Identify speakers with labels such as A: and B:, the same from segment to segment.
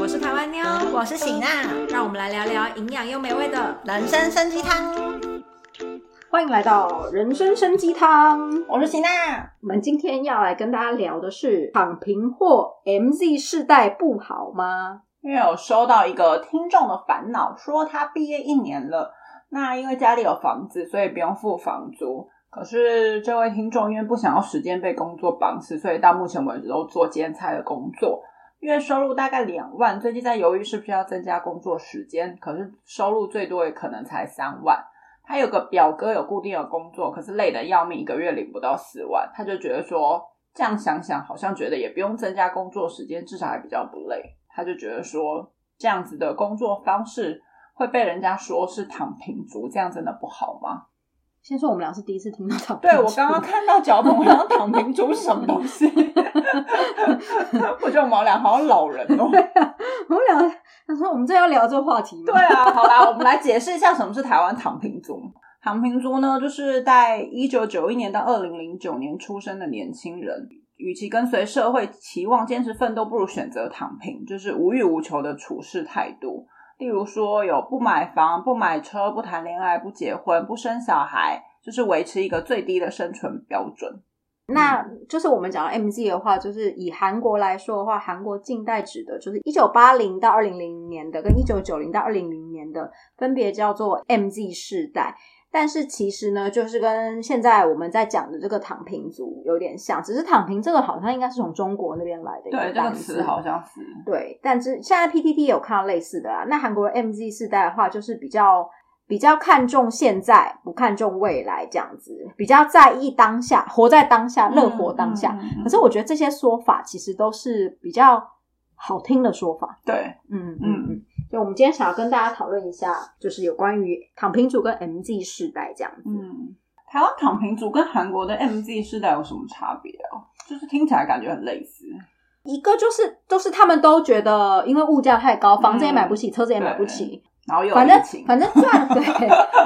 A: 我是台湾妞，
B: 我是醒娜，
A: 让我们来聊聊营养又美味的。
B: 人生生鸡汤，
C: 欢迎来到人生生鸡汤。
B: 我是醒娜。
C: 我们今天要来跟大家聊的是躺平或 MZ 世代不好吗？
B: 因为有收到一个听众的烦恼，说他毕业一年了，那因为家里有房子，所以不用付房租。可是这位听众因为不想要时间被工作绑死，所以到目前为止都做兼差的工作，月收入大概两万。最近在犹豫是不是要增加工作时间，可是收入最多也可能才三万。他有个表哥有固定的工作，可是累得要命，一个月领不到四万，他就觉得说，这样想想好像觉得也不用增加工作时间，至少还比较不累。他就觉得说，这样子的工作方式会被人家说是躺平族，这样真的不好吗？
C: 先说我们俩是第一次听到躺平
B: 对
C: 族
B: 我刚刚看到脚本，我想躺平族是什么东西？ 我觉得我们俩好像老人哦。
C: 我们俩他说我们这要聊这个话题吗？
B: 对啊，好啦，我们来解释一下什么是台湾躺平族。躺平族呢，就是在一九九一年到二零零九年出生的年轻人，与其跟随社会期望坚持奋斗，不如选择躺平，就是无欲无求的处事态度。例如说，有不买房、不买车、不谈恋爱、不结婚、不生小孩，就是维持一个最低的生存标准。
C: 那
B: 嗯
C: 就是我们讲到 MZ 的话，就是以韩国来说的话，韩国近代指的就是一九八零到二零零年的，跟一九九零到二零零年的，分别叫做 MZ 世代。但是其实呢，就是跟现在我们在讲的这个躺平族有点像，只是躺平这个好像应该是从中国那边来的一
B: 对，这个
C: 单
B: 词
C: 词，
B: 好像是
C: 对，但是现在 PTT 也有看到类似的啦。那韩国的 MZ 世代的话，就是比较比较看重现在，不看重未来这样子，比较在意当下，活在当下，乐活当下。
B: 嗯嗯嗯
C: 可是我觉得这些说法其实都是比较好听的说法。
B: 对，
C: 嗯
B: 嗯
C: 嗯嗯。所以我们今天想要跟大家讨论一下，就是有关于躺平族跟 MZ 世代这样子。
B: 嗯，台湾躺平族跟韩国的 MZ 世代有什么差别哦？就是听起来感觉很类似。
C: 一个就是，就是他们都觉得，因为物价太高，房子也
B: 嗯
C: 买不起，车子也买不起，
B: 然后又有
C: 反正
B: 疫情
C: 反正 赚对，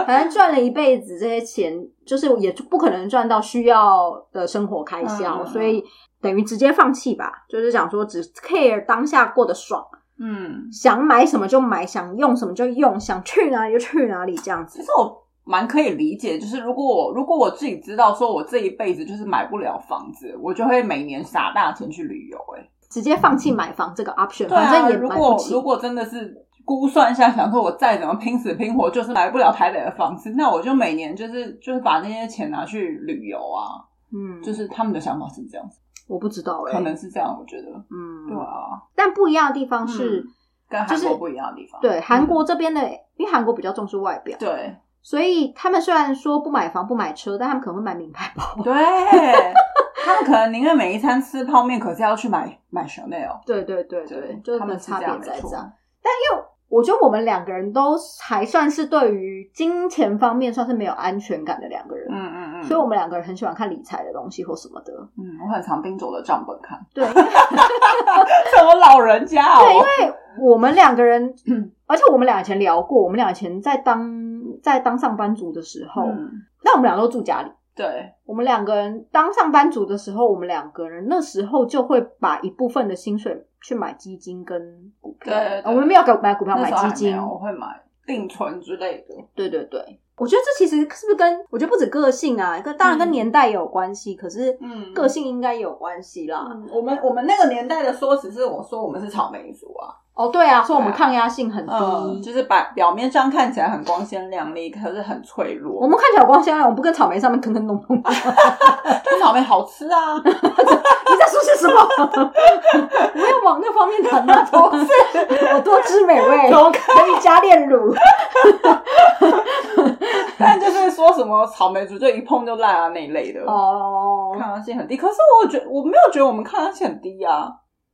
C: 反正赚了一辈子这些钱，就是也就不可能赚到需要的生活开销，
B: 嗯嗯嗯
C: 所以等于直接放弃吧。就是想说只 care 当下过得爽，
B: 嗯，
C: 想买什么就买，想用什么就用，想去哪里就去哪里这样
B: 其
C: 子。
B: 实我蛮可以理解，就是如果我如果我自己知道说我这一辈子就是买不了房子，我就会每年撒大钱去旅游、欸。哎，
C: 直接放弃买房这个 option，、
B: 对
C: 反
B: 啊，
C: 正也
B: 如
C: 买不
B: 果
C: 起
B: 如。果真的是估算一下，想说我再怎么拼死拼活，就是买不了台北的房子，那我就每年就是就是把那些钱拿去旅游啊。
C: 嗯，
B: 就是他们的想法是这样子，
C: 我不知道哎、
B: 可能是这样，我觉得。对
C: 嗯，
B: 啊，
C: 但不一样的地方是，
B: 嗯跟
C: 就
B: 韩
C: 是
B: 国不一样的地方。
C: 对韩国
B: 嗯
C: 这边的，因为韩国比较重视外表，
B: 对
C: 所以他们虽然说不买房不买车，但他们可能会买名牌包。
B: 对，他们可能宁愿每一餐吃泡面，可是要去买买 Chanel。
C: 对对对对，就是
B: 他们是
C: 差
B: 这
C: 别
B: 样
C: 在
B: 没
C: 这
B: 错
C: 样。我觉得我们两个人都还算是对于金钱方面算是没有安全感的两个人，
B: 嗯嗯嗯，
C: 所以我们两个人很喜欢看理财的东西或什么的。
B: 嗯，我很常盯着我的账本看，
C: 对，因为
B: 这我老人家哦。
C: 对，因为我们两个人
B: 嗯，
C: 而且我们俩以前聊过，我们俩以前在当在当上班族的时候，
B: 嗯，
C: 那我们俩都住家里。
B: 对，
C: 我们两个人当上班族的时候，我们两个人那时候就会把一部分的薪水去买基金跟股票。
B: 对对对
C: 我们没有给买股票，
B: 那
C: 买
B: 时候还
C: 基
B: 没
C: 金。
B: 有我会买定存之类的。
C: 对对对，我觉得这其实是不是跟我觉得不止个性啊，跟当然跟
B: 嗯
C: 年代有关系，可是
B: 嗯
C: 个性应该也有关系啦。
B: 嗯，我们我们那个年代的说辞是，我说我们是草莓族啊，
C: 哦，对啊，说我们
B: 对啊
C: 抗压性很低，
B: 嗯，就是把表面上看起来很光鲜亮丽，可是很脆弱。
C: 我们看起来光鲜亮，我们不跟草莓上面坑坑洞洞。
B: 但草莓好吃啊，
C: 你在说些什么？ 不要往那方面谈啊，同事，我多汁美味，
B: 走开
C: 可以加炼乳。
B: 但就是说什么草莓族就一碰就烂啊那一类的。
C: 哦，
B: 抗压性很低。可是我觉我没有觉得我们抗压性很低啊，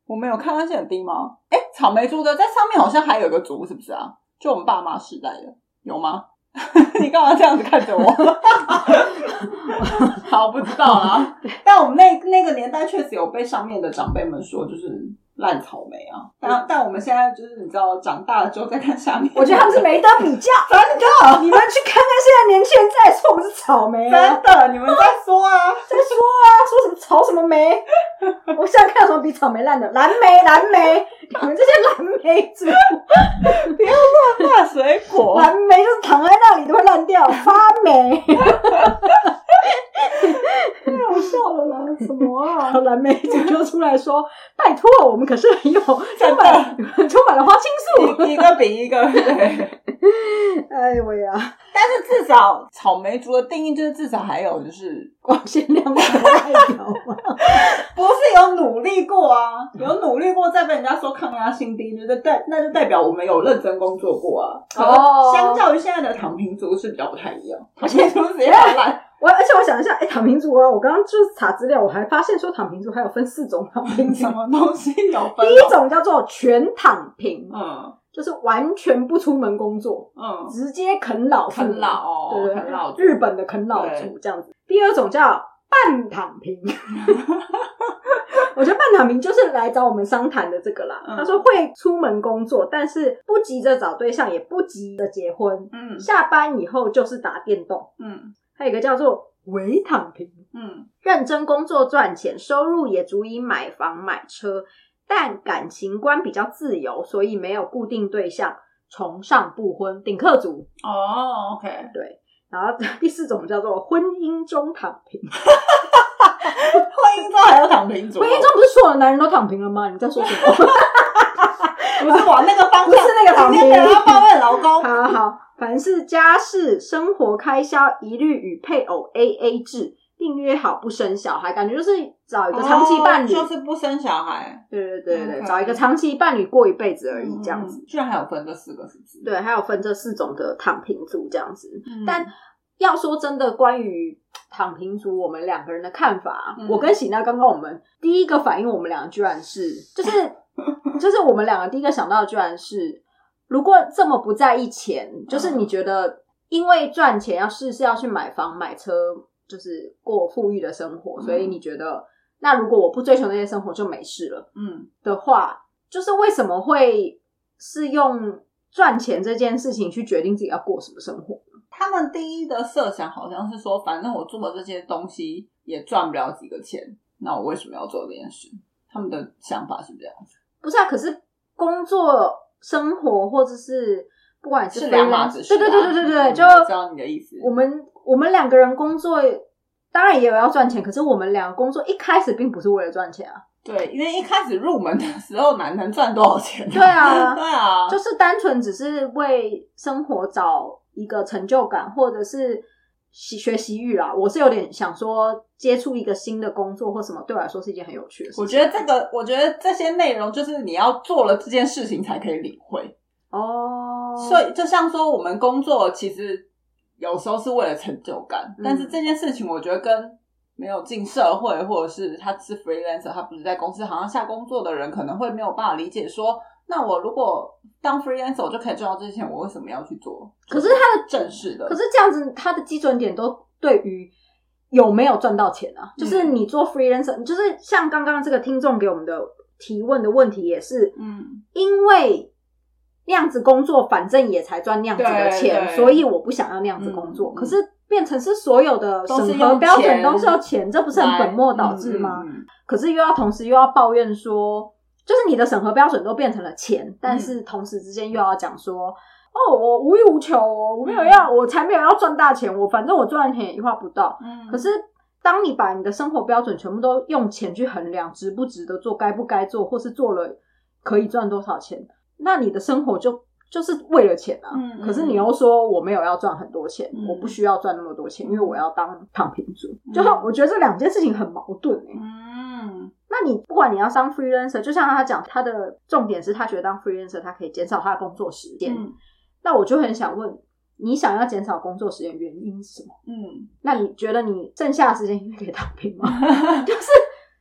B: 我们有抗压性很低吗？哎，草莓族的在上面好像还有一个族，是不是啊？就我们爸妈时代的有吗？ 你干嘛这样子看着我？ 好，不知道啦。但我们那那个年代确实有被上面的长辈们说，就是烂草莓啊。但但我们现在就是你知道，长大了之后再看下面，
C: 我觉得他们是没得比较。
B: 真的
C: 你们去看看现在年轻人在说我们是草莓啊，
B: 真的，你们在说啊，
C: 在说啊，说什么草什么 莓？我现在看有什么比草莓烂的？蓝莓，蓝莓，你们这些蓝莓族，
B: 大水 果
C: 蓝莓就是躺在那里都会烂掉，发霉。
B: 太好笑了啦！什么啊？
C: 然后蓝莓族就出来说：“拜托，我们可是很有充满充满了花青素。
B: 一个比一个 对，”
C: 哎呦喂呀，
B: 但是至少草莓族的定义就是至少还有就是
C: 光鲜亮哦丽的外表嘛，
B: 不是有努力过啊，有努力过再被人家说抗压性低，就是代那就代表我们有认真工作过啊。
C: 哦
B: 可相较于现在的躺平族是比较不太一 样，躺平族直接烂，
C: 我而且我想一下，哎，躺平族啊，我刚刚就是查资料，我还发现说躺平族还有分四种躺平族
B: 什，么东西有分哦？
C: 第一种叫做全躺平，
B: 嗯，
C: 就是完全不出门工作，
B: 嗯
C: 直接啃老族，
B: 啃老哦
C: 对对对
B: 啃老族
C: 日本的啃老族
B: 对
C: 这样子。第二种叫半躺 平，我觉得半躺平就是来找我们商谈的这个啦。
B: 嗯
C: 他说会出门工作，但是不急着找对象，也不急着结婚，
B: 嗯
C: 下班以后就是打电动。
B: 嗯
C: 还有一个叫做伪躺平，
B: 嗯，
C: 认真工作赚钱，收入也足以买房买车，但感情观比较自由，所以没有固定对象，崇尚不婚，顶客族。
B: 哦，OK，
C: 对，然后第四种叫做婚姻中躺平，
B: 婚姻中还有躺平族哦，
C: 婚姻中不是所有男人都躺平了吗？你在说什么？
B: 不是往那个方向，
C: 不是那个躺平
B: 今天等他抱怨老公，
C: 好好好，凡是家事、生活开销，一律与配偶 A A 制，并约好不生小孩，感觉就是找一个长期伴侣。
B: 哦就是不生小孩
C: 对对对对，
B: OK
C: 找一个长期伴侣过一辈子而已，这样子。
B: 嗯居然还有分这四个，是不是？
C: 对，还有分这四种的躺平族这样子。
B: 嗯
C: 但要说真的，关于躺平族，我们两个人的看法，啊
B: 嗯
C: 我跟喜娜刚刚我们第一个反应，我们两个居然是，就是就是我们两个第一个想到的居然是，如果这么不在意钱，就是
B: 嗯
C: 你觉得因为赚钱要事是要去买房买车，就是过富裕的生活，所以
B: 嗯
C: 你觉得，那如果我不追求那些生活就没事了。
B: 嗯
C: 的话，就是为什么会是用赚钱这件事情去决定自己要过什么生活？
B: 他们第一的设想好像是说，反正我做的这些东西也赚不了几个钱，那我为什么要做这件事？他们的想法是这样，
C: 不是啊，可是工作、生活或者是不管是
B: 是两码子
C: freelance-
B: 事啊。
C: 对对对对对对，
B: 嗯
C: 就
B: 我知道你的意思。
C: 我们我们两个人工作。当然也有要赚钱，可是我们两个工作一开始并不是为了赚钱啊，
B: 对，因为一开始入门的时候，哪能赚多少钱、
C: 对啊
B: 对啊，
C: 就是单纯只是为生活找一个成就感，或者是习学习欲啦。我是有点想说，接触一个新的工作或什么，对我来说是一件很有趣的事情。
B: 我觉得这个，我觉得这些内容就是你要做了这件事情才可以领会。
C: 哦，
B: 所以就像说，我们工作其实有时候是为了成就感，
C: 嗯
B: 但是这件事情我觉得跟没有进社会，或者是他是 freelancer，他不是在公司好像下工作的人，可能会没有办法理解说，那我如果当 freelancer 我就可以赚到这些钱，我为什么要去做？
C: 可是他的
B: 正式的，
C: 可是这样子，他的基准点都对于有没有赚到钱啊，就是
B: 嗯
C: 你做 freelancer，、就是像刚刚这个听众给我们的提问的问题，也是
B: 嗯，
C: 因为那样子工作，反正也才赚那样子的钱，
B: 对对
C: 所以我不想要那样子工作。
B: 嗯
C: 可是变成是所有的
B: 都是
C: 审核
B: 用
C: 标准
B: 钱
C: 都是要钱，这不是很本末倒置吗？
B: 嗯？嗯
C: 可是又要同时又要抱怨说，就是你的审核标准都变成了钱，但是
B: 嗯
C: 同时之间又要讲说，哦，我无欲无求哦，我没有要，我才没有要赚大钱，我反正我赚的钱也一花不到。
B: 嗯
C: 可是当你把你的生活标准全部都用钱去衡量，值不值得做，该不该做，或是做了可以赚多少钱，那你的生活就。就是为了钱啊，
B: 嗯嗯
C: 可是你又说我没有要赚很多钱，
B: 嗯
C: 我不需要赚那么多钱，因为我要当躺平族。
B: 嗯
C: 就是我觉得这两件事情很矛盾、欸、
B: 嗯，
C: 那你不管你要当 freelancer，就像他讲，他的重点是他觉得当 freelancer 他可以减少他的工作时间。
B: 嗯
C: 那我就很想问，你想要减少工作时间原因是什么？
B: 嗯，
C: 那你觉得你剩下的时间应该可以躺平吗？ 就是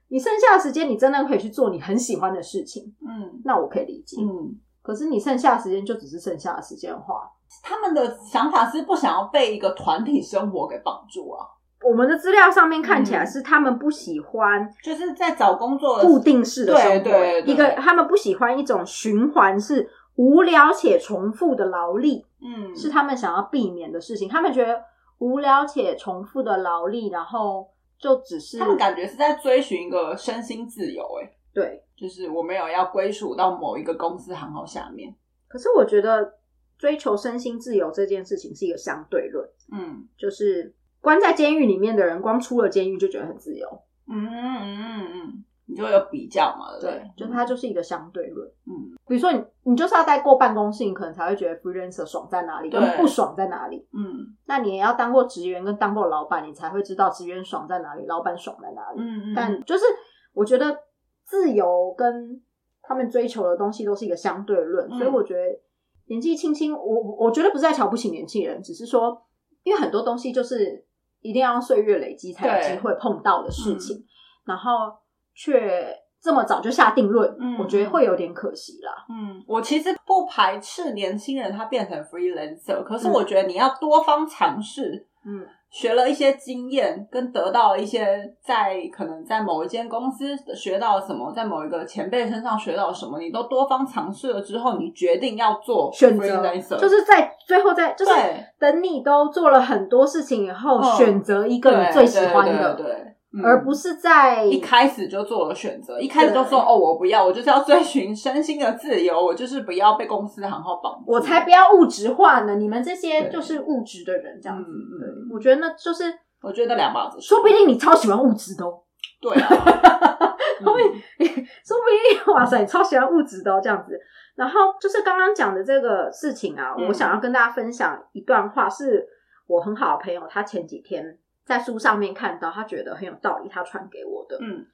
C: 你剩下的时间，你真的可以去做你很喜欢的事情，
B: 嗯
C: 那我可以理解。
B: 嗯。
C: 可是你剩下的时间就只是剩下的时间的话，
B: 他们的想法是不想要被一个团体生活给绑住啊，
C: 我们的资料上面看起来是他们不喜欢
B: 就是在找工作的
C: 固定式的生活，
B: 嗯对对对
C: 一个他们不喜欢一种循环是无聊且重复的劳力，
B: 嗯
C: 是他们想要避免的事情。他们觉得无聊且重复的劳力，然后就只是
B: 他们感觉是在追寻一个身心自由、欸，哎，
C: 对
B: 就是我没有要归属到某一个公司行号下面，
C: 可是我觉得追求身心自由这件事情是一个相对论，
B: 嗯
C: 就是关在监狱里面的人，光出了监狱就觉得很自由，
B: 嗯嗯嗯嗯，你就会有比较嘛，对不对？
C: 就是它就是一个相对论。
B: 嗯，
C: 比如说你你就是要待过办公室，你可能才会觉得 freelancer 爽在哪里，
B: 对
C: 跟不爽在哪里。
B: 嗯
C: 那你也要当过职员跟当过老板，你才会知道职员爽在哪里，老板爽在哪里。
B: 嗯嗯，
C: 但就是我觉得自由跟他们追求的东西都是一个相对论，
B: 嗯
C: 所以我觉得年纪轻轻，我我觉得不是在瞧不起年轻人，只是说因为很多东西就是一定要用岁月累积才有
B: 对嗯
C: 机会碰到的事情，然后却这么早就下定论，
B: 嗯
C: 我觉得会有点可惜啦。
B: 嗯，我其实不排斥年轻人他变成 freelancer，可是我觉得你要多方尝试，
C: 嗯，
B: 学了一些经验，跟得到了一些在可能在某一间公司学到了什么，在某一个前辈身上学到了什么，你都多方尝试了之后，你决定要做
C: 选择
B: freelancer，
C: 就是在最后在就是
B: 对
C: 等你都做了很多事情以后，
B: 嗯
C: 选择一个你最喜欢的，
B: 对对对嗯
C: 而不是在
B: 一开始就做了选择，一开始就说
C: 对
B: 哦，我不要，我就是要追寻身心的自由，我就是不要被公司行号绑住。
C: 我才不要物质化呢！你们这些就是物质的人，这样
B: 嗯
C: 子。
B: 嗯，
C: 我觉得呢，就是
B: 我觉得两把子
C: 说不定你超喜欢物质的、哦，
B: 对 啊，嗯
C: 后面说不定哇 塞，你超喜欢物质的、哦、这样子。然后就是刚刚讲的这个事情啊，
B: 嗯
C: 我想要跟大家分享一段话，是我很好的朋友，他前几天在书上面看到，他觉得很有道理，他传给我的。
B: 嗯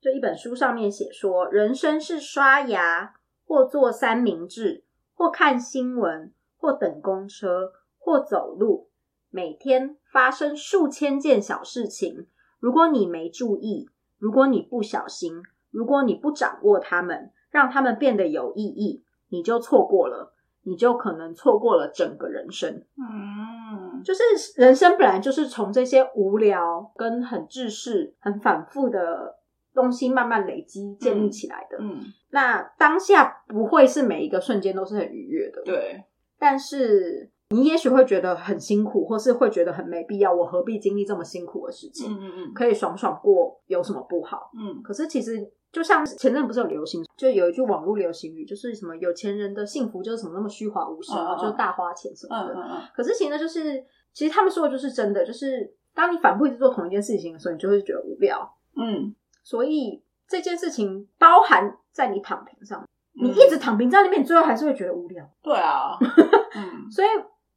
C: 就一本书上面写说，人生是刷牙，或做三明治，或看新闻，或等公车，或走路，每天发生数千件小事情。如果你没注意，如果你不小心，如果你不掌握它们，让它们变得有意义，你就错过了，你就可能错过了整个人生。
B: 嗯，
C: 就是人生本来就是从这些无聊跟很制式、很反复的东西慢慢累积建立起来的。
B: 嗯，
C: 那当下不会是每一个瞬间都是很愉悦的，。
B: 对，
C: 但是你也许会觉得很辛苦，或是会觉得很没必要，我何必经历这么辛苦的事情？
B: 嗯嗯
C: 可以爽爽过，有什么不好？
B: 嗯
C: 可是其实就像前阵不是有流行，就有一句网络流行语，就是什么有钱人的幸福就是什么那么虚华无实，
B: 嗯嗯
C: 然后就大花钱什
B: 嗯
C: 么的。
B: 嗯
C: 可是其实呢，就是其实他们说的就是真的，就是当你反复一直做同一件事情的时候，你就会觉得无聊。
B: 嗯，
C: 所以这件事情包含在你躺平上，你
B: 嗯
C: 一直躺平在那边，你最后还是会觉得无聊。
B: 对 啊，嗯
C: 所以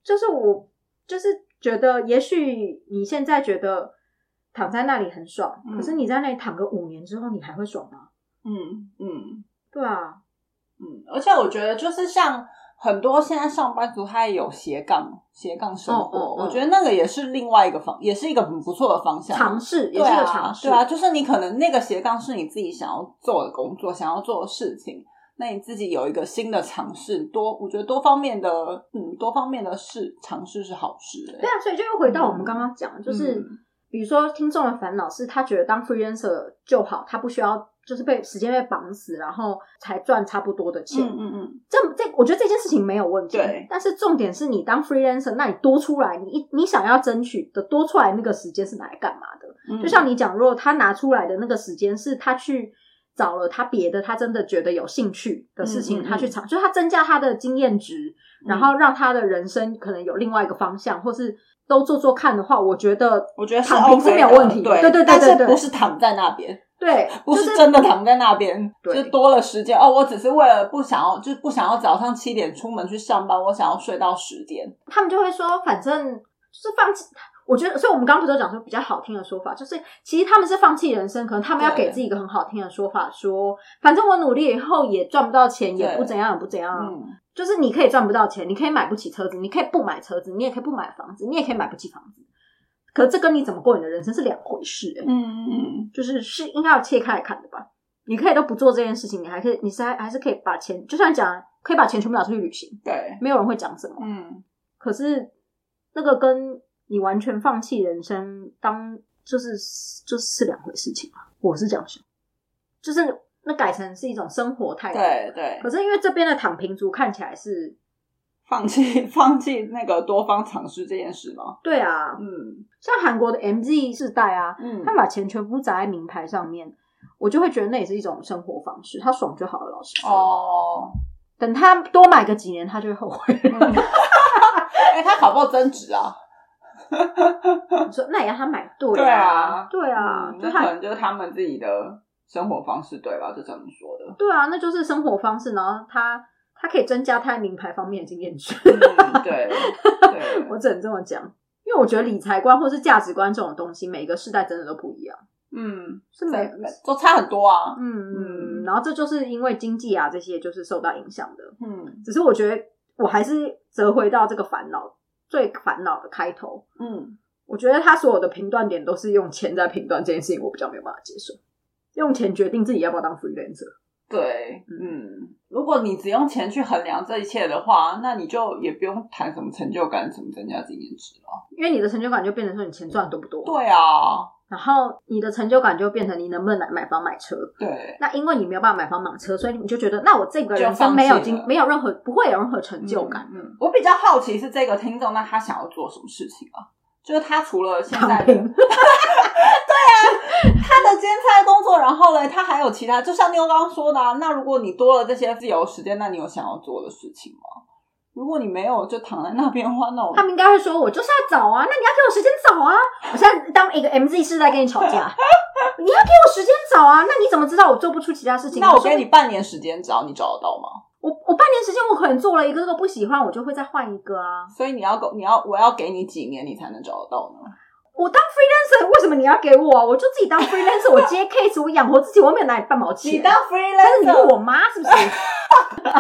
C: 就是我就是觉得，也许你现在觉得躺在那里很爽，
B: 嗯
C: 可是你在那里躺个五年之后，你还会爽吗？
B: 嗯嗯
C: 对啊，
B: 嗯，而且我觉得就是像。很多现在上班族他也有斜杠斜杠生
C: 嗯
B: 活，
C: 嗯嗯
B: 我觉得那个也是另外一个方，也是一个很不错的方向。
C: 尝试也
B: 对
C: 是一
B: 啊，
C: 个尝试，
B: 对啊，就是你可能那个斜杠是你自己想要做的工作，想要做的事情，那你自己有一个新的尝试，多我觉得多方面的，嗯，多方面的试尝试是好事、欸。
C: 对啊，所以就又回到我们刚刚讲的，就是、
B: 嗯
C: 比如说听众的烦恼是他觉得当 freelancer 就好，他不需要就是被时间被绑死，然后才赚差不多的钱。
B: 嗯嗯嗯，
C: 这这我觉得这件事情没有问题，
B: 对
C: 但是重点是你当 freelancer，那你多出来，你一你想要争取的多出来那个时间是拿来干嘛的？
B: 嗯
C: 就像你讲，如果他拿出来的那个时间是他去。找了他别的，他真的觉得有兴趣的事情，
B: 嗯嗯嗯嗯
C: 他去尝，就是他增加他的经验值，然后让他的人生可能有另外一个方向，或是都做做看的话，我觉得
B: 我觉得
C: 躺平
B: OK
C: 是没有
B: 的
C: 问题的
B: 对
C: 对对对
B: 但
C: 对
B: 是
C: 对
B: 不是躺在那边，
C: 对，
B: 不
C: 就是
B: 真的躺在那边，就
C: 对
B: 是多了时间哦。我只是为了不想要，就是不想要早上七点出门去上班，我想要睡到十点。
C: 他们就会说，反正就是放弃。我觉得，所以我们刚刚不是有讲说比较好听的说法，就是其实他们是放弃人生，可能他们要
B: 对
C: 给自己一个很好听的说法，说反正我努力以后也赚不到钱，也
B: 对
C: 不怎样，也不怎样。
B: 嗯，
C: 就是你可以赚不到钱，你可以买不起车子，你可以不买车子，你也可以不买房子，你也可以买不起房子。可这跟你怎么过你的人生是两回事、欸，
B: 嗯嗯
C: 就是是应该要切开来看的吧。你可以都不做这件事情，你还可以，你是还还是可以把钱，就像讲可以把钱全部拿出去旅行
B: 嗯，，对，
C: 没有人会讲什么。
B: 嗯
C: 可是那个跟你完全放弃人生，当就是就是是两回事情啊。我是这样想，就是那改成是一种生活态度。
B: 对对，
C: 可是因为这边的躺平族看起来是，
B: 放弃放弃那个多方尝试这件事吗？
C: 对啊，
B: 嗯
C: 像韩国的 MZ 世代啊，
B: 嗯
C: 他们把钱全部砸在名牌上面，我就会觉得那也是一种生活方式，他爽就好了。老实说，
B: 哦，
C: 等他多买个几年，他就会后 悔。
B: 哎、他好不好增值啊？
C: 你说那也让他买对
B: 对啊
C: 啊，对啊，
B: 嗯
C: 就
B: 那
C: 他
B: 可能就是他们自己的生活方式，对吧？就像你 说的，
C: 对啊，那就是生活方式，然后他他可以增加他在名牌方面的经验值。
B: 嗯、对对，
C: 我只能这么讲，因为我觉得理财观或是价值观这种东西，每个世代真的都不一样，
B: 嗯，
C: 是每
B: 对都差很多啊，
C: 嗯
B: 嗯
C: 嗯，然后这就是因为经济啊这些就是受到影响的。
B: 嗯
C: 只是我觉得我还是折回到这个烦恼最烦恼的开头，
B: 嗯，
C: 我觉得他所有的评断点都是用钱在评断这件事情，我比较没有办法接受。用钱决定自己要不要当 freelancer，
B: 对，嗯，如果你只用钱去衡量这一切的话，那你就也不用谈什么成就感、什么增加经验值了。
C: 因为你的成就感就变成说你钱赚得多不多，
B: 对啊，
C: 然后你的成就感就变成你能不能买买房买车。
B: 对，
C: 那因为你没有办法买房买车，所以你就觉得那我这个
B: 就
C: 人
B: 放
C: 生没有
B: 弃了
C: 经没有任何不会有任何成就感。
B: 嗯。嗯我比较好奇是这个听众，那他想要做什么事情啊？就是他除了现在
C: 躺
B: 的
C: 平，
B: 啊他的兼差工作，然后嘞，他还有其他，就像妞刚刚说的、啊，那如果你多了这些自由时间，那你有想要做的事情吗？如果你没有，就躺在那边的话，那我
C: 他们应该会说，我就是要找啊，那你要给我时间找啊！我现在当一个 MZ 是在跟你吵架， 你要给我时间找啊！那你怎么知道我做不出其他事情？
B: 那我
C: 说
B: 给你，半年时间找，你找得到吗？
C: 我我半年时间我可能做了一个这个不喜欢，我就会再换一个啊。
B: 所以你要给你要我要给你几年，你才能找得到呢？
C: 我当 freelancer 为什么你要给我啊？我就自己当 freelancer，我接 case，我养活自己，我没有拿你半毛钱。但是你是
B: freelancer，
C: 我妈是不是？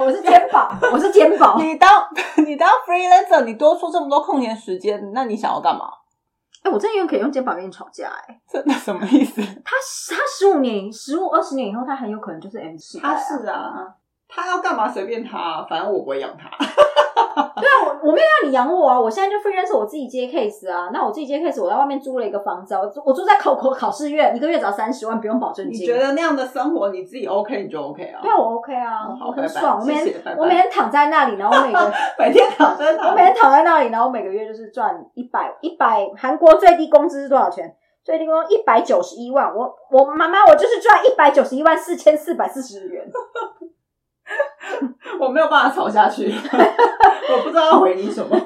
C: 我是肩膀， 我是肩膀。
B: 你当你当 freelancer，你多出这么多空闲时间，那你想要干嘛？
C: 哎、我真的有可以用肩膀跟你吵架哎、
B: 这那什么意 思？
C: 他他十五年、十五二十年以后，他很有可能就是 MC。
B: 啊， 他要干嘛随便他、反正我不会养他。
C: 对啊，我我没有要你养我啊，我现在就 freelance，我自己接 case 啊。那我自己接 case，我在外面租了一个房子啊，我住我住在考考考试院，一个月只要三十万，不用保证金。
B: 得那样的生活你自己 OK 你就 OK 啊
C: 对啊，我 OK 啊，
B: 嗯好
C: 我
B: 拜
C: 很
B: 拜
C: 爽。我每
B: 谢谢拜
C: 天
B: 拜
C: 我每天躺在那里，然后每个
B: 每天躺在
C: 我每天躺在那里，然后每个月就是赚一百一百。韩国最低工资是多少钱？最低工一百九十一万。我我妈妈，我就是赚一百九十一万四千四百四十元。
B: 我没有办法吵下去， 我不知道要回你什 么。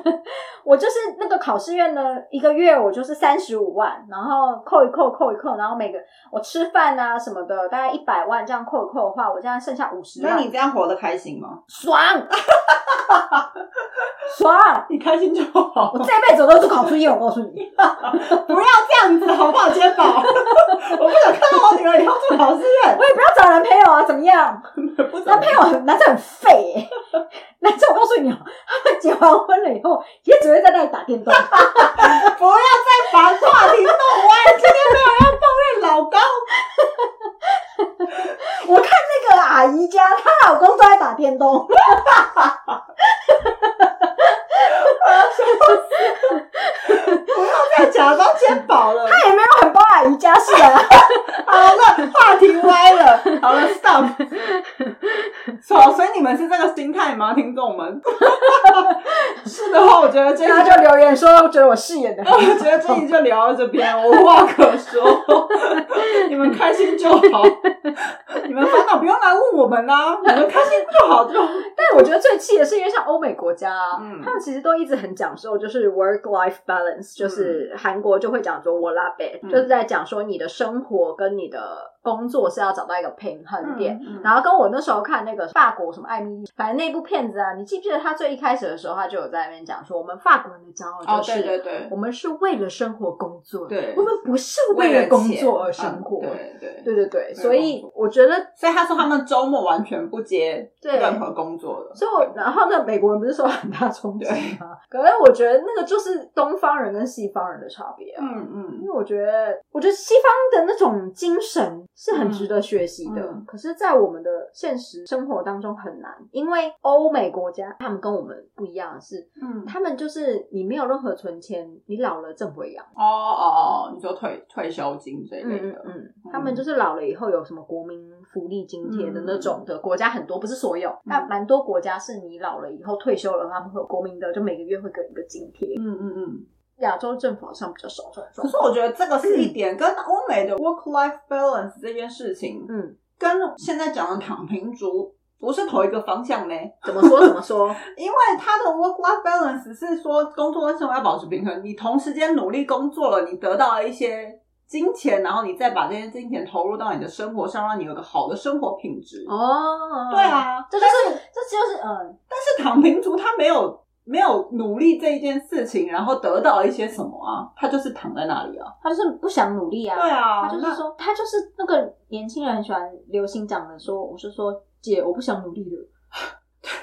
C: 我就是那个考试院呢，一个月我就是三十五万，然后扣一扣扣一扣，然后每个我吃饭啊什么的，大概一百万这样扣一扣的话，我这样剩下五十万，
B: 这样活得开心吗？
C: 爽， 爽！
B: 你开心就好
C: 我，这辈子我都做考试院，我告诉你，
B: 不要这样子好不好，肩膀？ 我不想看到我女儿以后做老师院。
C: 我也不要找男朋友啊，怎么样？
B: 不知道
C: 男朋友很男生很废、欸，男生我告诉你哦，他们结完婚了以后，也只会在那里打电动。
B: 不要再把话题 弄歪，今天没有要抱怨老高。
C: 我看那个阿姨家，她老公都在打电动。
B: 不要再假装肩膀了。
C: 他也没有很包阿姨家事啊。
B: 好了，话题歪了。好了，stop。所所以你们是这个心态吗，听众们？ 是的话，我觉得这一
C: 大
B: 集
C: 家就留言说，觉得我饰演的
B: 我觉得这集就聊到这边，我无话可说。 你们开心就好，你们烦恼不用来问我们啦、你们开心就好就好。
C: 但我觉得最气的是，因为像欧美国家、啊，
B: 嗯
C: 他们其实都一直很讲究，就是 work life balance，就是韩国就会讲说 work life balance，、
B: 嗯
C: 就是在讲说你的生活跟你的工作是要找到一个平衡点。
B: 嗯嗯
C: 然后跟我那时候看那个法国什么艾米丽，反正那部片子啊，你记不记得他最一开始的时候，他就有在那边讲说，我们法国人的骄傲就是、
B: 哦对
C: 我们是为了生活工作，
B: 对
C: 我们不是为了工作而生活，
B: 嗯对对
C: 对对对，
B: 对
C: 所以我觉得
B: 所以他说他们周末完全不接
C: 对
B: 任何工作，错的。
C: 所以我，然后呢，美国人不是受很大冲击吗？可是我觉得那个就是东方人跟西方人的差别啊。
B: 嗯
C: 因
B: 嗯，
C: 为我觉得，我觉得西方的那种精神是很值得学习的，
B: 嗯嗯
C: 可是，在我们的现实生活当中很难，因为欧美国家他们跟我们不一样的是，
B: 嗯，
C: 他们就是你没有任何存钱，你老了政府会养。
B: 哦哦，哦你说退退休金这一类
C: 嗯
B: 的，
C: 嗯嗯，他们就是老了以后有什么国民福利津贴的那种的，国家很多，不是所有，那蛮多国家是你老了以后退休了，他们会有国民的，就每个月会给你一个津贴。
B: 嗯嗯嗯。
C: 亚洲政府好像比较少这种状况。
B: 可是我觉得这个是一点跟欧美的 work life balance 这件事情，
C: 嗯，
B: 跟现在讲的躺平族不是同一个方向呢。
C: 怎么说怎么说？
B: 因为他的 work life balance 是说工作跟生活要保持平衡，你同时间努力工作了，你得到了一些金钱，然后你再把这些金钱投入到你的生活上，让你有个好的生活品质。
C: 哦，
B: 对，啊，
C: 这就是这就是嗯，
B: 但是躺平族他没有没有努力这一件事情，然后得到一些什么啊？他就是躺在那里啊。
C: 他就是不想努力啊。
B: 对啊，
C: 他就是说，他就是那个年轻人很喜欢流行讲的说，我是说姐，我不想努力了。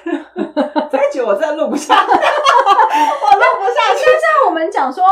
B: 那这一集我真的录不下去，我录不下去。
C: 那我们讲说，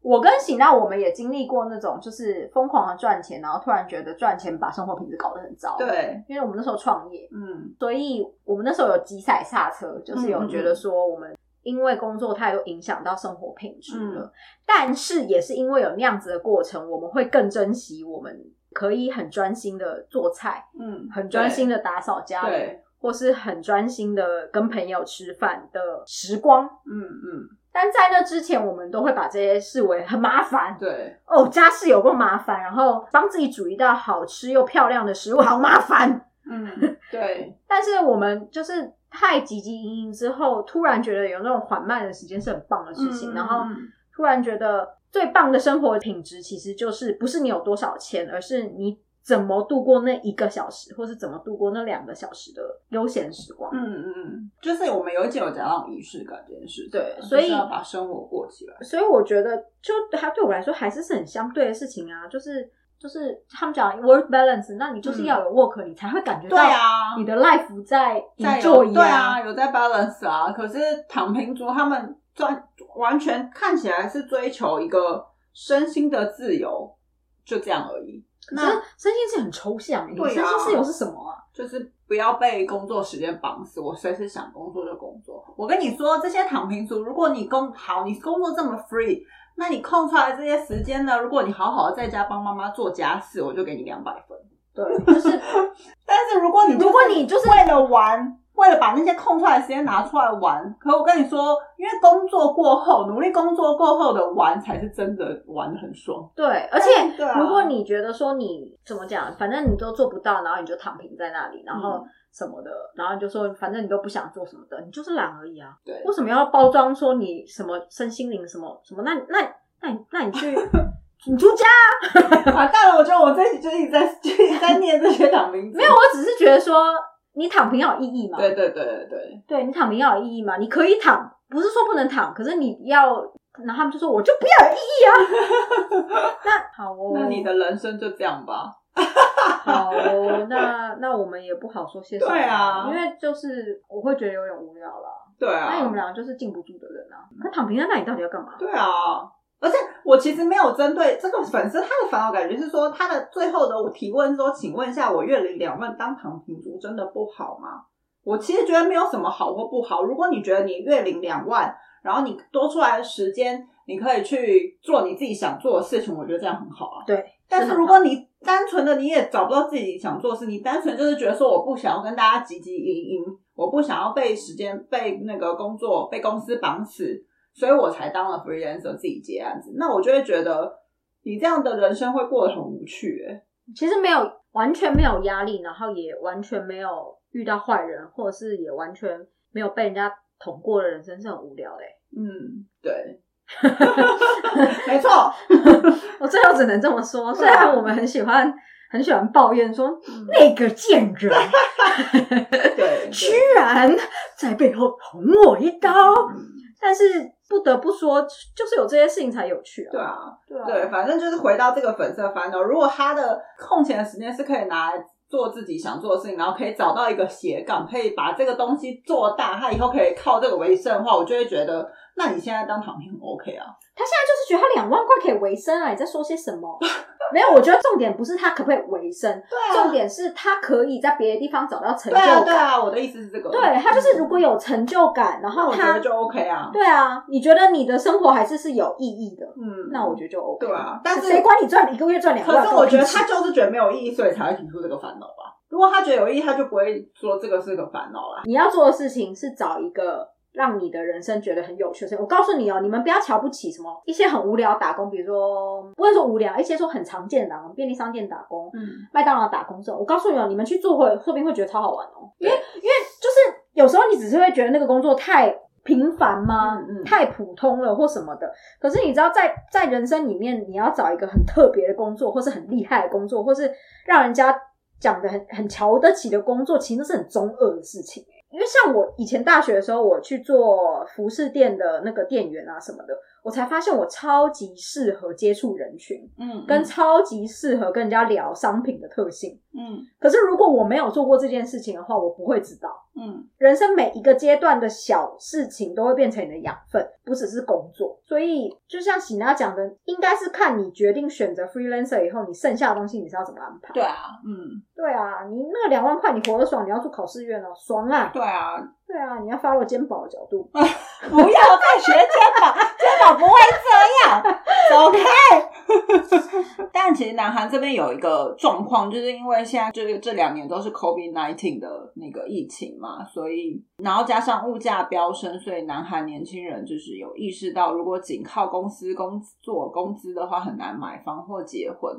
C: 我跟醒娜，我们也经历过那种就是疯狂的赚钱，然后突然觉得赚钱把生活品质搞得很糟。，
B: 对，
C: 因为我们那时候创业，
B: 嗯
C: 所以我们那时候有急踩刹车，就是有觉得说我们因为工作太多影响到生活品质了。
B: 嗯
C: 但是也是因为有那样子的过程，我们会更珍惜我们可以很专心的做菜，
B: 嗯，
C: 很专心的打扫家
B: 对。
C: 里，
B: 对，
C: 或是很专心的跟朋友吃饭的时光。
B: 嗯嗯，
C: 但在那之前，我们都会把这些视为很麻烦
B: 对，
C: 哦，家事有够麻烦，然后帮自己煮一道好吃又漂亮的食物，好麻烦。
B: 嗯对，
C: 但是我们就是太汲汲营营之后，突然觉得有那种缓慢的时间是很棒的事情，
B: 嗯
C: 然后
B: 嗯
C: 突然觉得最棒的生活品质其实就是不是你有多少钱，而是你怎么度过那一个小时，或是怎么度过那两个小时的悠闲时光。
B: 嗯嗯嗯，就是我们有一集有讲到仪式感这件事情，啊
C: 对
B: 就是
C: 所以
B: 要把生活过起来。
C: 所以我觉得，就它对我来说还是是很相对的事情啊，就是就是他们讲 work balance，那你就是要有 work，、你才会感觉
B: 嗯对
C: 到
B: 啊，
C: 你的 life 在
B: 在
C: enjoy
B: 有对
C: 啊
B: 啊，有在 balance 啊。可是躺平族他们专完全看起来是追求一个身心的自由，就这样而已。
C: 可是
B: 那
C: 身心是很抽象，你
B: 对啊
C: 身心自由是什么啊？
B: 就是不要被工作时间绑死，我随时想工作就工作。我跟你说，这些躺平族，如果你工好，你工作这么 free，那你空出来这些时间呢？如果你好好地在家帮妈妈做家事，我就给你两百分。
C: 对， 就是
B: 但是如果你就是
C: 如果你就是
B: 为了玩，为了把那些空出来的时间拿出来玩，可我跟你说，因为工作过后，努力工作过后的玩才是真的玩的很爽。
C: 对，而且
B: 对啊
C: 如果你觉得说你怎么讲，反正你都做不到，然后你就躺平在那里，然
B: 嗯
C: 后什么的，然后你就说反正你都不想做什么的，你就是懒而已啊。
B: 对
C: 为什么要包装说你什么身心灵什么什么？那那那你那你 去你出家？
B: 完蛋啊了，我觉得我这一集就一直在 就一直在念这些躺平族。
C: 没有，我只是觉得说你躺平要有意义嘛。
B: 对对对对对，
C: 对你躺平要有意义嘛？你可以躺，不是说不能躺，可是你要。然后他们就说：“我就不要有意 义啊！”那好哦，
B: 那你的人生就这样吧。
C: 好，哦那那我们也不好说些什么，
B: 对啊
C: 因为就是我会觉得有点无聊了。
B: 对啊，
C: 那我们两个就是禁不住的人啊，那躺平在那里到底要干嘛？
B: 对啊，而且我其实没有针对这个粉丝，他的烦恼感觉是说，他的最后的提问说，请问一下，我月龄两万当躺平族真的不好吗？我其实觉得没有什么好或不好。如果你觉得你月领两万，然后你多出来的时间，你可以去做你自己想做的事情，我觉得这样很好啊。
C: 对，
B: 但是如果你单纯的你也找不到自己想做的事，你单纯就是觉得说我不想要跟大家汲汲营营，我不想要被时间、被那个工作、被公司绑死，所以我才当了 freelancer 自己接案子。那我就会觉得你这样的人生会过得很无趣、欸。
C: 其实没有完全没有压力，然后也完全没有遇到坏人，或者是也完全没有被人家捅过的人生是很无聊的欸、
B: 嗯，对， 没错。
C: 我最后只能这么说，虽然我们很喜欢很喜欢抱怨说那个贱 人
B: 嗯对，
C: 居然在背后捅我一刀。
B: 嗯
C: 但是不得不说，就是有这些事情才有趣
B: 对
C: 啊。
B: 啊，
C: 对啊
B: 对，反正就是回到这个粉色烦恼。如果他的空闲时间是可以拿来做自己想做的事情，然后可以找到一个斜杠，可以把这个东西做大，他以后可以靠这个为生的话，我就会觉得，那你现在当躺平很 OK 啊。
C: 他现在就是觉得他两万块可以维生啊！你在说些什么？ 没有，我觉得重点不是他可不可以维生，
B: 对
C: 重点是他可以在别的地方找到成啊就
B: 对啊，
C: 感。
B: 对啊，我的意思是这个。
C: 对他就是如果有成就感，然
B: 那
C: 后
B: 我觉
C: 他
B: 得就 OK 啊。
C: 对啊，你觉得你的生活还是是有意义的，
B: 嗯，
C: 那我觉得就 OK。
B: 对啊但是
C: 谁管你赚一个月赚两万？
B: 可是我觉得
C: 关
B: 他
C: 我屁事
B: 就是觉得没有意义，所以才会提出这个烦恼吧。如果他觉得有意义，他就不会说这个是个烦恼啦。
C: 你要做的事情是找一个。让你的人生觉得很有趣的事情。我告诉你哦，你们不要瞧不起什么一些很无聊的打工，比如说不是说无聊，一些说很常见的打工，便利商店打工，
B: 嗯，
C: 麦当劳打工这种，我告诉你哦，你们去做会，说不定会觉得超好玩哦。因为因为就是有时候你只是会觉得那个工作太平凡吗？
B: 嗯嗯
C: 太普通了或什么的。可是你知道在，在人生里面，你要找一个很特别的工作，或是很厉害的工作，或是让人家讲的很很瞧得起的工作，其实那是很中二的事情。欸因为像我以前大学的时候，我去做服饰店的那个店员啊什么的，我才发现我超级适合接触人群。
B: 嗯
C: 跟超级适合跟人家聊商品的特性。
B: 嗯
C: 可是如果我没有做过这件事情的话，我不会知道。
B: 嗯
C: 人生每一个阶段的小事情都会变成你的养分，不只是工作。所以，就像喜娜讲的，应该是看你决定选择 freelancer 以后，你剩下的东西你是要怎么安排。
B: 对啊，嗯，
C: 对啊，你那个两万块你活得爽，你要住考试院哦，爽啊！
B: 对嗯啊，
C: 对啊，你要发我肩膀的角度。
B: 不要再学肩膀，肩膀不会这样，走开。但其实南韩这边有一个状况，就是因为现在就是这两年都是 COVID nineteen 的那个疫情嘛，所以然后加上物价飙升，所以南韩年轻人就是有意识到，如果仅靠公司工作工资的话，很难买房或结婚，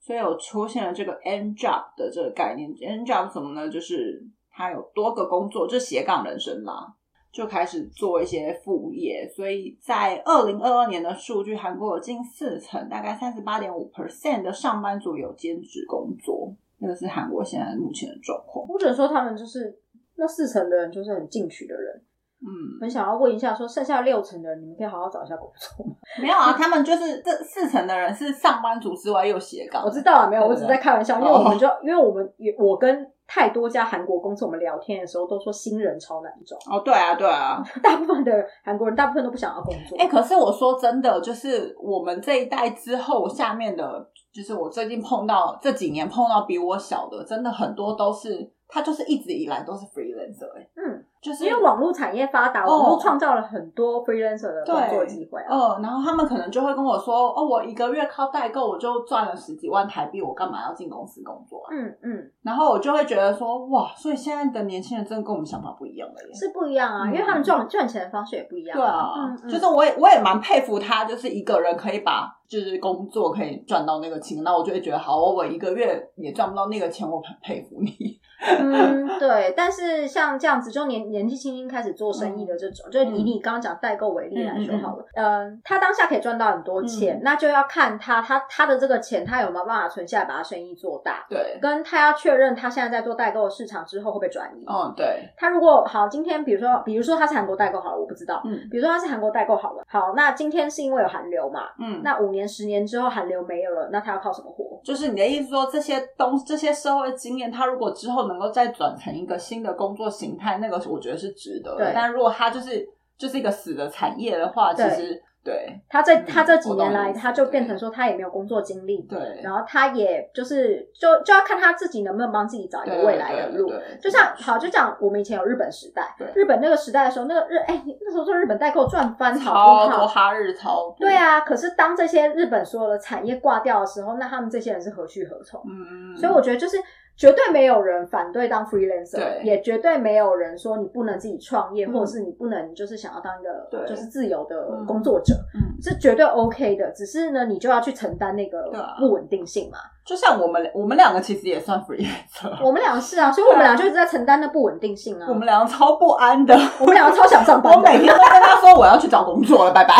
B: 所以有出现了这个 N job 的这个概念。N job 什么呢？就是他有多个工作，这斜杠人生啦。就开始做一些副业，所以在二零二二年的数据，韩国有近四成，大概三十八点五 percent 的上班族有兼职工作，那个是韩国现在目前的状况。
C: 我只能说，他们就是那四成的人，就是很进取的人。
B: 嗯，
C: 很想要问一下，说剩下六成的人，你们可以好好找一下工作吗？
B: 没有啊，他们就是这四成的人是上班族之外又斜杠，
C: 我知道了，啊没有，
B: 对
C: 我只是在开玩笑，因为
B: 哦
C: 我们就因为我们也我跟太多家韩国公司，我们聊天的时候都说新人超难找，
B: 哦，对啊，对啊，
C: 大部分的韩国人大部分都不想要工作。
B: 哎、可是我说真的，就是我们这一代之后，下面的，就是我最近碰到这几年碰到比我小的，真的很多都是他就是一直以来都是 freelancer，、欸、
C: 嗯，
B: 就是
C: 因为网络产业发达，
B: 哦
C: 网络创造了很多 freelancer 的工作
B: 对
C: 机会啊。
B: 嗯，然后他们可能就会跟我说：“哦，我一个月靠代购我就赚了十几万台币，我干嘛要进公司工作啊
C: 嗯嗯，？”
B: 然后我就会觉得说：“哇，所以现在的年轻人真的跟我们想法不一样了耶。
C: 是不一样啊，
B: 嗯
C: 因为他们赚赚钱的方式也不一”样。
B: 对啊
C: 嗯，嗯
B: 就是我也我也蛮佩服他，就是一个人可以把就是工作可以赚到那个钱，那我就会觉得好，我我一个月也赚不到那个钱，我很佩服你。
C: 嗯，对，但是像这样子，就年年纪轻轻开始做生意的这种，就以
B: 嗯
C: 你刚刚讲代购为例来说
B: 嗯嗯嗯
C: 好了，嗯、他当下可以赚到很多钱，
B: 嗯
C: 那就要看他他他的这个钱，他有没有办法存下来把他生意做大，
B: 对，
C: 跟他要确认他现在在做代购的市场之后会不会转移。
B: 嗯，对，
C: 他如果好，今天比如说，比如说他是韩国代购好了，我不知道，
B: 嗯
C: 比如说他是韩国代购好了，好，那今天是因为有韩流嘛，
B: 嗯，
C: 那五年十年之后韩流没有了，那他要靠什么活？
B: 就是你的意思说，这些东这些社会经验，他如果之后能够再转成一个新的工作形态，那个我觉得是值得的
C: 对。
B: 但如果他就是就是一个死的产业的话，其
C: 对
B: 实对
C: 他这
B: 嗯
C: 他这几
B: 我懂
C: 年来，
B: 你意思
C: 他就
B: 对
C: 变成说他也没有工作经历，
B: 对
C: 然后他也就是就就要看他自己能不能帮自己找一个
B: 对
C: 未来的路。
B: 对对对
C: 就像好，就讲我们以前有日本时代
B: 对，
C: 日本那个时代的时候，那个日哎、那时候做日本代购赚翻好
B: 超
C: 不
B: 多
C: 好？
B: 哈日超多
C: 对，啊，可是当这些日本所有的产业挂掉的时候，那他们这些人是何去何从？
B: 嗯，
C: 所以我觉得就是绝对没有人反对当 freelancer，
B: 对
C: 也绝对没有人说你不能自己创业，
B: 嗯
C: 或者是你不能就是想要当一个
B: 对
C: 就是自由的
B: 嗯
C: 工作者，
B: 嗯，
C: 是绝对 OK 的。只是呢，你就要去承担那
B: 对
C: 个
B: 啊
C: 不稳定性嘛。
B: 就像我们我们两个其实也算 freelancer，
C: 我们俩是啊，所以我们俩就一直在承担那不稳定性啊。
B: 我们两个超不安的。
C: 我们两个超想上班
B: 我
C: 的，啊
B: 每天都跟他说我要去找工作了，拜拜。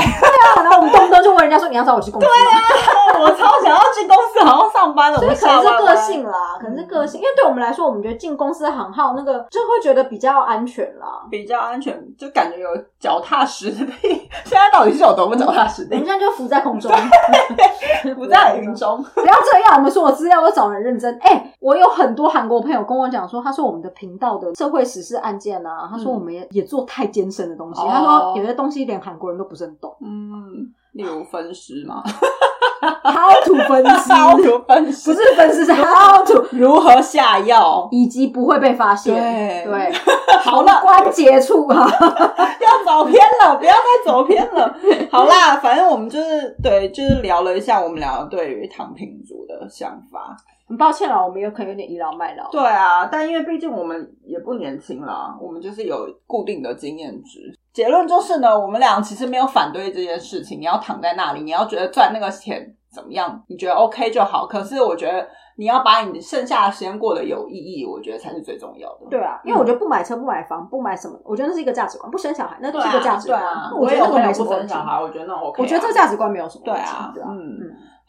C: 然后我们动不动就问人家说你要找我去工作吗？
B: 我哦我超想要去公司好好上班的，
C: 所以
B: 啊我
C: 可能
B: 下
C: 是
B: 班
C: 个
B: 了
C: 性啦，可能是个性，因为对我们来说，我们觉得进公司行号那个就会觉得比较安全啦。
B: 比较安全，就感觉有脚踏实地。 现在到底是有多不脚踏实
C: 我们现
B: 地？
C: 在就浮在空中，
B: 不在云中，
C: 不要这样。我们说我资料都找人认真。哎、我有很多韩国朋友跟我讲说，他说我们的频道的社会时事案件啊，他说我们也、也做太艰深的东西，
B: 嗯哦
C: 他说有些东西连韩国人都不是很懂
B: 嗯，例如分尸 嘛，
C: ，how to 分
B: 例
C: 析，
B: 如分
C: 不
B: 尸，
C: 是分析是 how to，
B: 如何下 药？
C: 以及不会被发现。
B: 对
C: 对，
B: 好了，
C: 关节处啊，
B: 要走偏了，不要再走偏了。好啦，反正我们就是对，就是聊了一下我们俩对于躺平族的想法。
C: 很抱歉了，我们有可能有点倚老卖老。
B: 对啊，但因为毕竟我们也不年轻啦，我们就是有固定的经验值。结论就是呢，我们俩其实没有反对这件事情。你要躺在那里，你要觉得赚那个钱怎么样，你觉得 OK 就好。可是我觉得你要把你剩下的时间过得有意义，我觉得才是最重要的。
C: 对啊，因为我觉得不买车、不买房、不买什么，我觉得那是一个价值观，不生小孩那
B: 对
C: 都
B: 啊，
C: 是一个价值
B: 对
C: 观。
B: 啊。
C: 那我觉
B: 也
C: 得
B: 有
C: 那个
B: 朋友
C: 没什
B: 不
C: 么问
B: 生
C: 题。
B: 小孩，我觉得那 OK 啊。
C: 我觉得这个价值观没有什么
B: 对
C: 问题
B: 啊，
C: 对啊，
B: 嗯。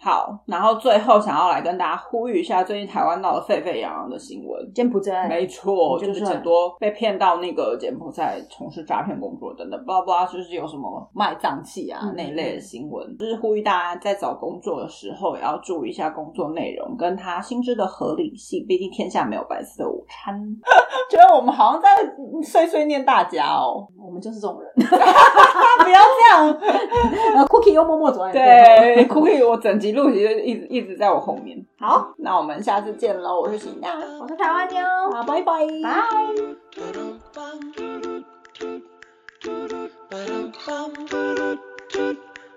B: 好，然后最后想要来跟大家呼吁一下，最近台湾闹得沸沸扬扬的新闻，
C: 柬埔寨
B: 没错，
C: 就
B: 就是是很多被骗到那个柬埔寨从事诈骗工作等等，巴拉巴拉，就是有什么卖脏器啊、
C: 嗯
B: 那一类的新闻，就是呼吁大家在找工作的时候也要注意一下工作内容跟他薪资的合理性，毕竟天下没有白吃的午餐。 觉得我们好像在碎碎念大家哦，
C: 我们就是这 种人。
B: 啊、不要这样，
C: 呃，Cookie 又默默走在你背
B: 对，Cookie，我整集录其实一直一直在我后面。好，那我们下次见喽！我是喜娜，
C: 后，我是台湾妞，
B: 好，拜拜，
C: 拜。
D: Ba-dum-bum, doo-doo, ba-dum-bum, doo-doo, doo-doo.